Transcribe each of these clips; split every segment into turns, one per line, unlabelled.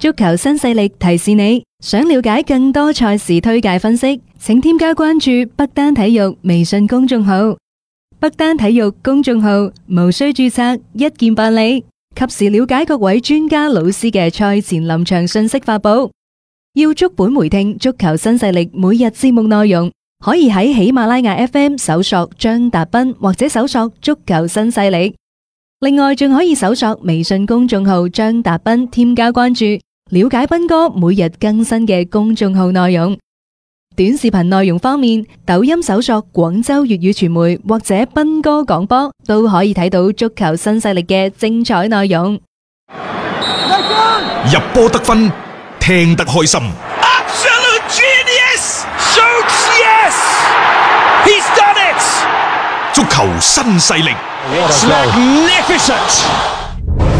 足球新勢力提示你，想了解更多賽事推介分析，請添加關注北單體育微信公眾號。北單體育公眾號無需注冊，一鍵辦理，及時了解各位專家老師嘅賽前臨場信息發布。要足本回聽足球新勢力每日節目內容，可以喺喜馬拉雅 FM 搜索張達斌或者搜索足球新勢力。另外，仲可以搜索微信公眾號張達斌，添加關注，了解斌哥每日更新嘅公眾號內容。短視頻內容方面，抖音搜索廣州粵語傳媒或者斌哥廣播，都可以睇到足球新勢力嘅精彩內容。
入波得分，聽得開心。
Absolute genius! Shoots yes! He's done it!
足球新勢力，
It's magnificent!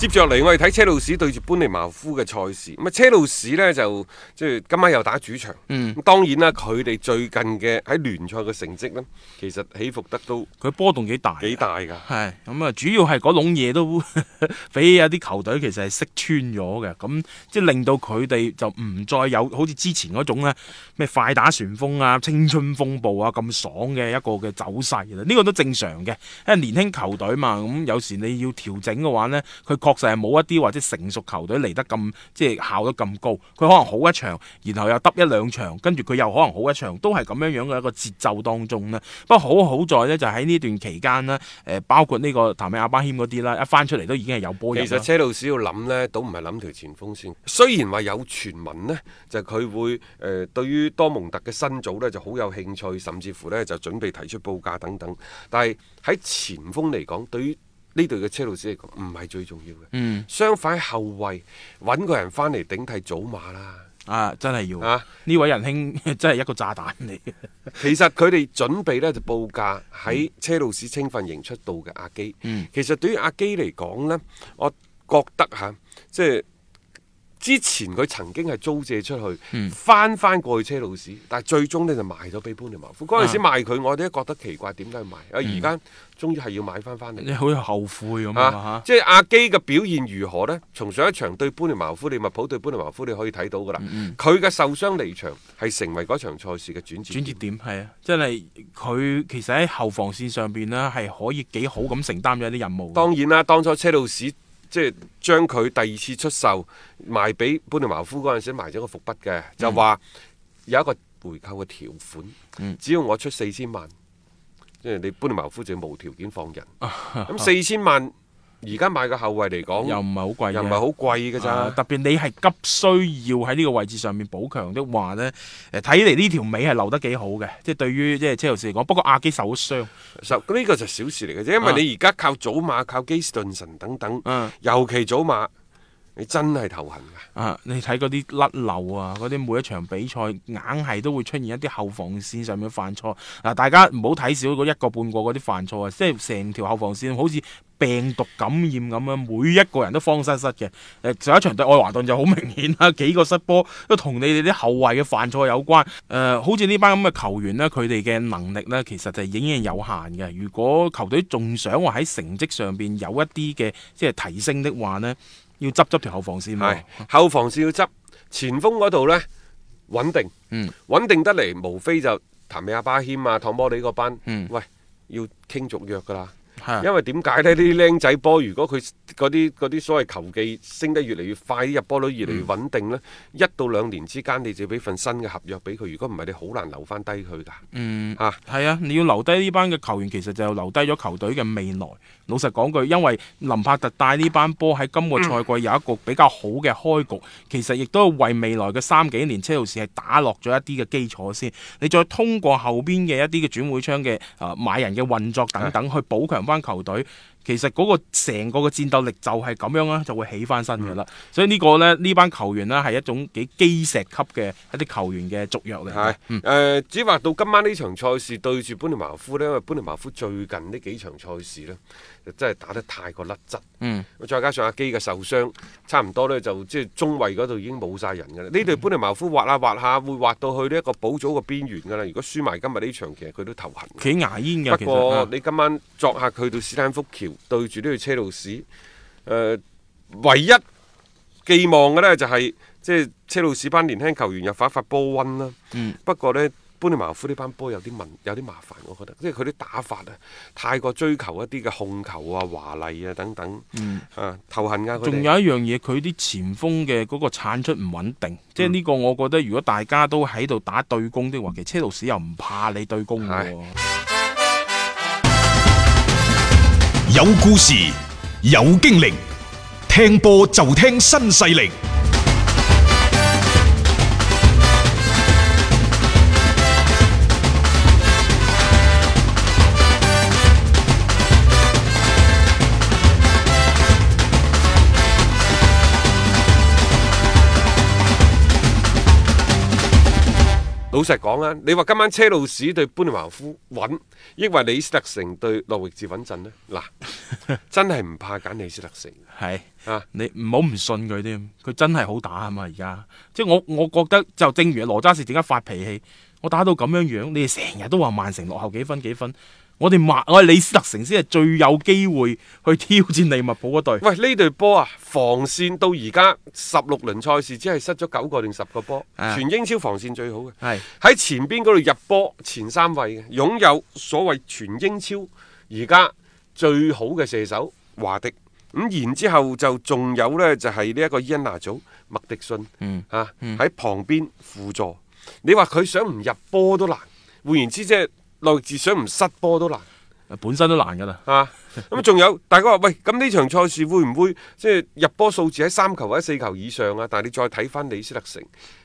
接住落嚟，我哋睇車路士對住般尼茅夫嘅賽事。咁啊，車路士呢，就即係今晚又打主場。嗯，當然啦，佢哋最近嘅喺聯賽嘅成績呢，其實起伏得都
佢波動幾大，
幾大㗎。
係咁啊！主要係嗰籠嘢都 俾有啲球隊其實係識穿咗嘅，咁即係令到佢哋就唔再有好似之前嗰種咧咩快打旋風啊、青春風暴啊咁爽嘅一個嘅走勢啦。呢、個都正常嘅，因為年輕球隊嘛，咁有時你要調整嘅話呢，佢確實係冇一啲或者成熟球隊嚟得咁即係效得咁高，佢可能好一場，然後又得一兩場，跟住佢又可能好一場，都係咁樣樣嘅一個節奏當中呢。不過好好在呢，就喺呢段期間呢。誒包括呢個譚美阿巴謙嗰啲啦，一翻出嚟都已經係有波入
其
啦
實車路士要諗呢，倒唔係諗條前鋒線。雖然話有傳聞呢，就佢會誒、呃、對於多蒙特嘅新組呢就好有興趣，甚至乎呢就準備提出報價等等。但係喺前鋒嚟講，對於呢隊嘅車路士嚟講，唔係最重要嘅。
嗯
相反，後衞揾個人翻嚟頂替祖馬啦。
啊，真係要
啊，
呢位仁兄 真係一個炸彈嚟 嘅，
其實佢哋準備呢就報價喺車路士青訓營出道嘅阿基。
嗯
其實對於阿基嚟講呢，我覺得嚇，即係之前佢曾經係租借出去，
嗯
翻翻、過去車路士，但係最終呢就賣咗俾般尼茅
啊
夫。嗰陣時賣佢，我哋都覺得奇怪，點解要賣？啊，而家終於係要買翻翻嚟。
你好似後悔嗯咁
啊
啊！
即係阿基嘅表現如何呢？從上一場對般尼茅夫、利物浦對般尼茅夫，你可以睇到噶
嗯
啦。佢嘅、受傷離場係成為嗰場賽事嘅轉折點
轉折點係啊，真係佢其實喺後防線上邊呢，係可以幾好咁承擔咗一啲任務嘅。
當然啦，當初車路士即係將佢第二次出售賣俾般尼茅夫嗰陣時，埋咗個伏筆嘅，就話有一個回購嘅條款，
嗯
只要我出四千萬，即係你般尼茅夫就要無條件放 人。咁四千萬而家買個後衞嚟講，
又唔係好貴嘅，
又唔係好貴嘅咋。
啊特別你係急需要喺呢個位置上面補強的話呢，誒睇嚟呢條尾係留得幾好嘅，即係對於即係車路士嚟講。不過阿基受咗傷，
就呢、個就小事嚟嘅啫，
啊
因為你而家靠祖馬、靠基斯頓神等等，
嗯
尤其祖馬，你真係頭痕㗎。
啊！你睇嗰啲甩漏啊，嗰啲每一場比賽硬係都會出現一啲後防線上面嘅犯錯。嗱、大家唔好睇少嗰一個半個嗰啲犯錯啊，即係成條後防線好似病毒感染咁樣，每一個人都慌失失嘅。誒、上一場對愛華頓就好明顯啦，幾個失波都同你哋啲後衞嘅犯錯有關。誒、好似呢班咁嘅球員呢，佢哋嘅能力呢，其實就已經係有限嘅。如果球隊仲想話喺成績上邊有一啲嘅即係提升的話呢，要執執條後防線喎
係。後防線要執，前鋒嗰度呢，穩定，
嗯
穩定得嚟，無非就譚美阿巴謙啊、唐波里嗰班，
嗯
喂，要傾續約㗎啦。
係
因為點解呢？呢啲僆仔波，如果佢嗰啲嗰啲所謂球技升得越嚟越快，入波率越嚟越穩定呢，
嗯
一到兩年之間，你就要俾份新嘅合約俾佢。如果唔係，你好難留翻低佢㗎。
嗯，
啊
係啊，你要留低呢班嘅球員，其實就留低咗球隊嘅未來。老實講句，因為林柏特帶呢班波喺今
嗯
個賽季有一個比較好嘅開局，其實亦都為未來嘅三幾年車路士係打落咗一啲嘅基礎先。你再通過後邊嘅一啲嘅轉會窗嘅啊買人嘅運作等等去補強翻球隊。其實嗰個成個嘅戰鬥力就係咁樣啦，就會起翻身嘅
嗯
啦。所以呢個呢，呢班球員呢係一種幾基石級嘅一啲球員嘅續約嚟嘅
係。誒，只話到今晚呢場賽事對住般尼茅夫呢，因為般尼茅夫最近呢幾場賽事呢，就真係打得太過甩質。
嗯，
咁再加上阿基嘅受傷，差唔多呢就即係中衞嗰度已經冇晒人㗎啦。呢隊般尼茅夫滑下滑下，會滑到去呢一個保組嘅邊緣㗎啦。如果輸埋今日呢場，其實佢都頭痕嘅。
企牙煙嘅
不
其實
過
啊。
你今晚作客去到斯坦福橋，對住呢個車路士，誒、呃唯一寄望嘅呢就係、即係車路士班年輕球員又發一發波温啦。
嗯
不過呢，班尼茅夫呢班波有啲問有啲麻煩，我覺得，即係佢啲打法啊，太過追求一啲嘅控球啊、華麗啊等等，
嗯
啊頭痕啊佢哋
仲有一樣嘢，佢啲前鋒嘅嗰個產出唔穩定，即係
嗯
呢個我覺得，如果大家都喺度打對攻的話，其實車路士又唔怕你對攻嘅喎。
有故事，有經歷，聽波就聽新勢力。
老實講啊，你話今晚車路士對班尼茅夫穩，抑或李斯特城對諾域治穩陣呢？ 嗱，真係唔怕揀李斯特城。
係
啊
你唔好唔信佢添，佢真係好打啊嘛！而家即係我我覺得就正如羅渣士點解發脾氣，我打到咁樣樣，你哋成日都話曼城落後幾分幾分，我哋曼我哋李斯特城先係最有機會去挑戰利物浦嗰隊。
喂，呢隊波啊，防線到而家十六輪賽事只係失咗九個定十個波，
啊
全英超防線最好嘅。
係
喺前邊嗰度入波前三位嘅，擁有所謂全英超而家最好嘅射手華迪。咁然之後就仲有呢，就係呢一個伊恩拿祖麥迪遜，
嗯
啊喺旁邊輔助。你話佢想唔入波都難，換言之即係內治想唔失波都難。
本身都難㗎啦。
啊！咁仲有大家話喂，咁呢場賽事會唔會即係入波數字喺三球或者四球以上啊？但係你再睇翻李斯特城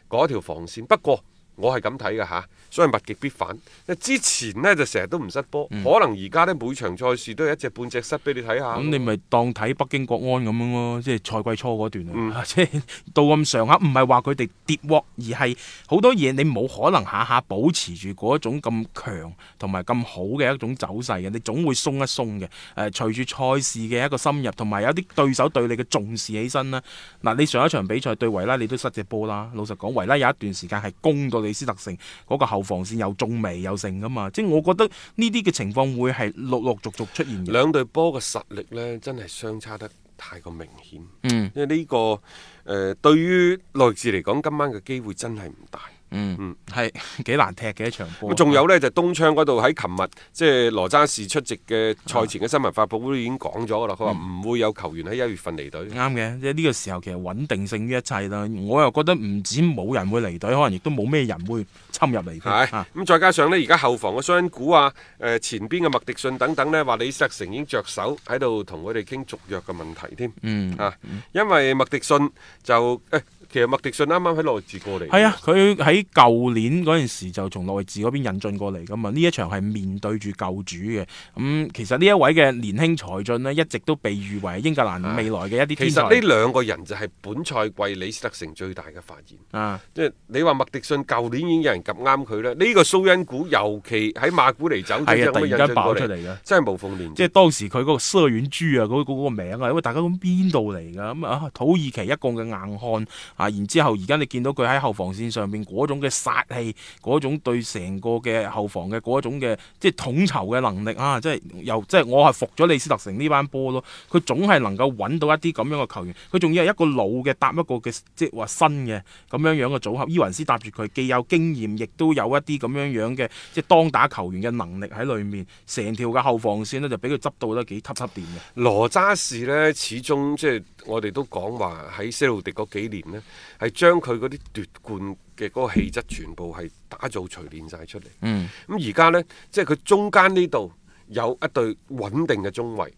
嗰條防線，不過我係咁睇嘅吓，所以物極必反。之前呢就成日都唔失波，可能而家呢每場賽事都有一隻半隻失俾你睇下。
嗯咁你咪當睇北京國安咁樣咯，即係賽季初嗰段啊， 即係到咁上下，唔係話佢哋跌鑊，而係好多嘢你冇可能下下保持住嗰一種咁強同埋咁好嘅一種走勢嘅，你總會鬆一鬆嘅。誒、隨住賽事嘅一個深入，同埋有啲對手對你嘅重視起身啦。嗱、你上一場比賽對維拉你都失隻波啦，老實講，維拉有一段時間係攻到李斯特城嗰個後防線又中楣又剩噶嘛，即係我覺得呢啲嘅情況會係陸陸續續出現嘅。
兩隊波嘅實力呢，真係相差得太過明顯。
嗯
因為呢、個誒、呃、對於內治嚟講，今晚嘅機會真係唔大。
嗯
嗯
係 幾難踢嘅一場波。啊
咁仲有呢，就東昌嗰度喺琴日即係羅渣士出席嘅賽前嘅新聞發佈會都已經講咗噶啦，佢話
嗯
唔會有球員喺一月份離隊。
啱嘅，即係呢個時候其實穩定勝於一切啦。我又覺得唔止冇人會離隊，可能亦都冇咩人會侵入嚟
係
添。啊
咁，再加上呢，而家後防嘅雙股啊，誒、前邊嘅麥迪遜等等呢，話李斯特城已經着手喺度同佢哋傾續約嘅問題添
嗯，
啊，因為麥迪遜就誒、其實麥迪遜啱啱喺內治過嚟，
係啊，佢喺舊年嗰陣時就從內治嗰邊引進過嚟噶嘛。呢一場係面對住舊主嘅。咁、其實呢一位嘅年輕才俊呢，一直都被譽為英格蘭未來嘅一啲
其
天
實呢
才。
兩個人就係本賽季李斯特城最大嘅發現。
啊，
即係你話麥迪遜舊年已經有人及啱佢啦，呢、個蘇恩古尤其喺馬古尼走咗
係
之
啊，
後
突
咁
然
樣引
間
進
爆
過
出
嚟，
嚟嘅。
真係無縫連
即
接。
係當時佢嗰個奢遠珠啊，嗰、嗰個名啊，因為大家咁邊度嚟㗎？咁啊，土耳其一共嘅硬漢啊，然之後而家你見到佢喺後防線上邊嗰種嘅殺氣，嗰種對成個嘅後防嘅嗰種嘅即係統籌嘅能力啊，即係又即係我係服咗李斯特城呢班波咯。佢總係能夠揾到一啲咁樣嘅球員，佢仲要係一個老嘅搭一個嘅即係話新嘅咁樣樣嘅組合。伊雲斯搭住佢，既有經驗，亦都有一啲咁樣樣嘅即係當打球員嘅能力喺裏面。成條嘅後防線呢，就俾佢執到得幾揷揷掂嘅。
羅渣士呢，始終即係我哋都講話喺西路迪嗰幾年呢，係將佢嗰啲奪冠嘅嗰個氣質全部係打造錘煉晒出嚟。
嗯，
咁而家呢，即係佢中間呢度有一對穩定嘅中衞，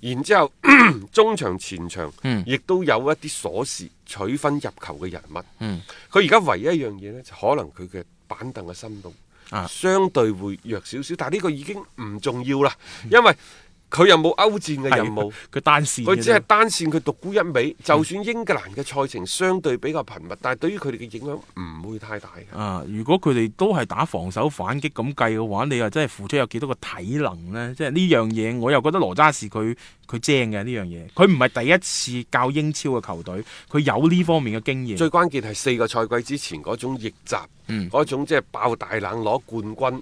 然之後 中場、前場
嗯
亦都有一啲鎖匙取分入球嘅人物。
嗯
佢而家唯一一樣嘢呢，就可能佢嘅板凳嘅深度、
啊
相對會弱少少，但係呢個已經唔重要啦，因為。佢又冇歐戰嘅任務。
佢單線嘅
佢
啫，
只係單線，佢獨孤一
嗯
味。就算英格蘭嘅賽程相對比較頻密，但係對於佢哋嘅影響唔會太大嘅。
啊！如果佢哋都係打防守反擊咁計嘅話，你又真係付出有幾多個體能呢？即係呢樣嘢，我又覺得羅渣士佢佢正嘅呢樣嘢，佢唔係第一次教英超嘅球隊，佢有呢方面嘅經驗。
最關鍵係四個賽季之前嗰種逆襲，嗰、
嗯
種即係爆大冷攞冠軍，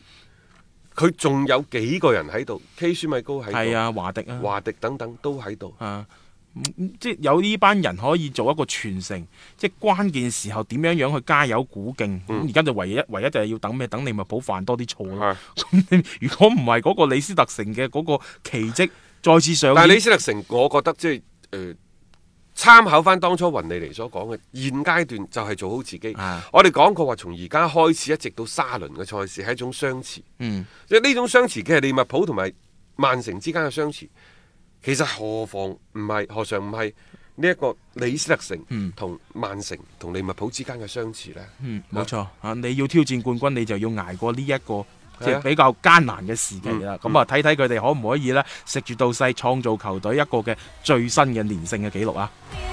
佢仲有幾個人喺度，K 舒米高喺
係
度，
啊，華迪啊，
華迪等等都喺度。
啊，嗯即係有呢班人可以做一個傳承，即係關鍵時候點樣樣去加油鼓勁。咁
嗯
而家就唯一唯一就係要等咩？等利物浦犯多啲錯咯。
係
咁 如果唔係嗰個李斯特城嘅嗰個奇蹟再次上演，
但係李斯特城，我覺得即係誒、呃、參考翻當初雲尼尼所講嘅，現階段就係做好自己。
啊
我哋講過話，從而家開始一直到沙輪嘅賽事係一種相持。
嗯。
即係呢種相持嘅係利物浦同埋曼城之間嘅相
嗯
持，其實何妨唔係何嘗唔係呢一個李斯特城同曼城同利物浦之間嘅相持呢？
嗯，冇錯啊！你要挑戰冠軍，你就要捱過呢一個即
係啊
係比較艱難嘅時期啦。咁啊，睇睇佢哋可唔可以呢？食住到勢，創造球隊一個嘅最新嘅連勝嘅紀錄啊！
Feel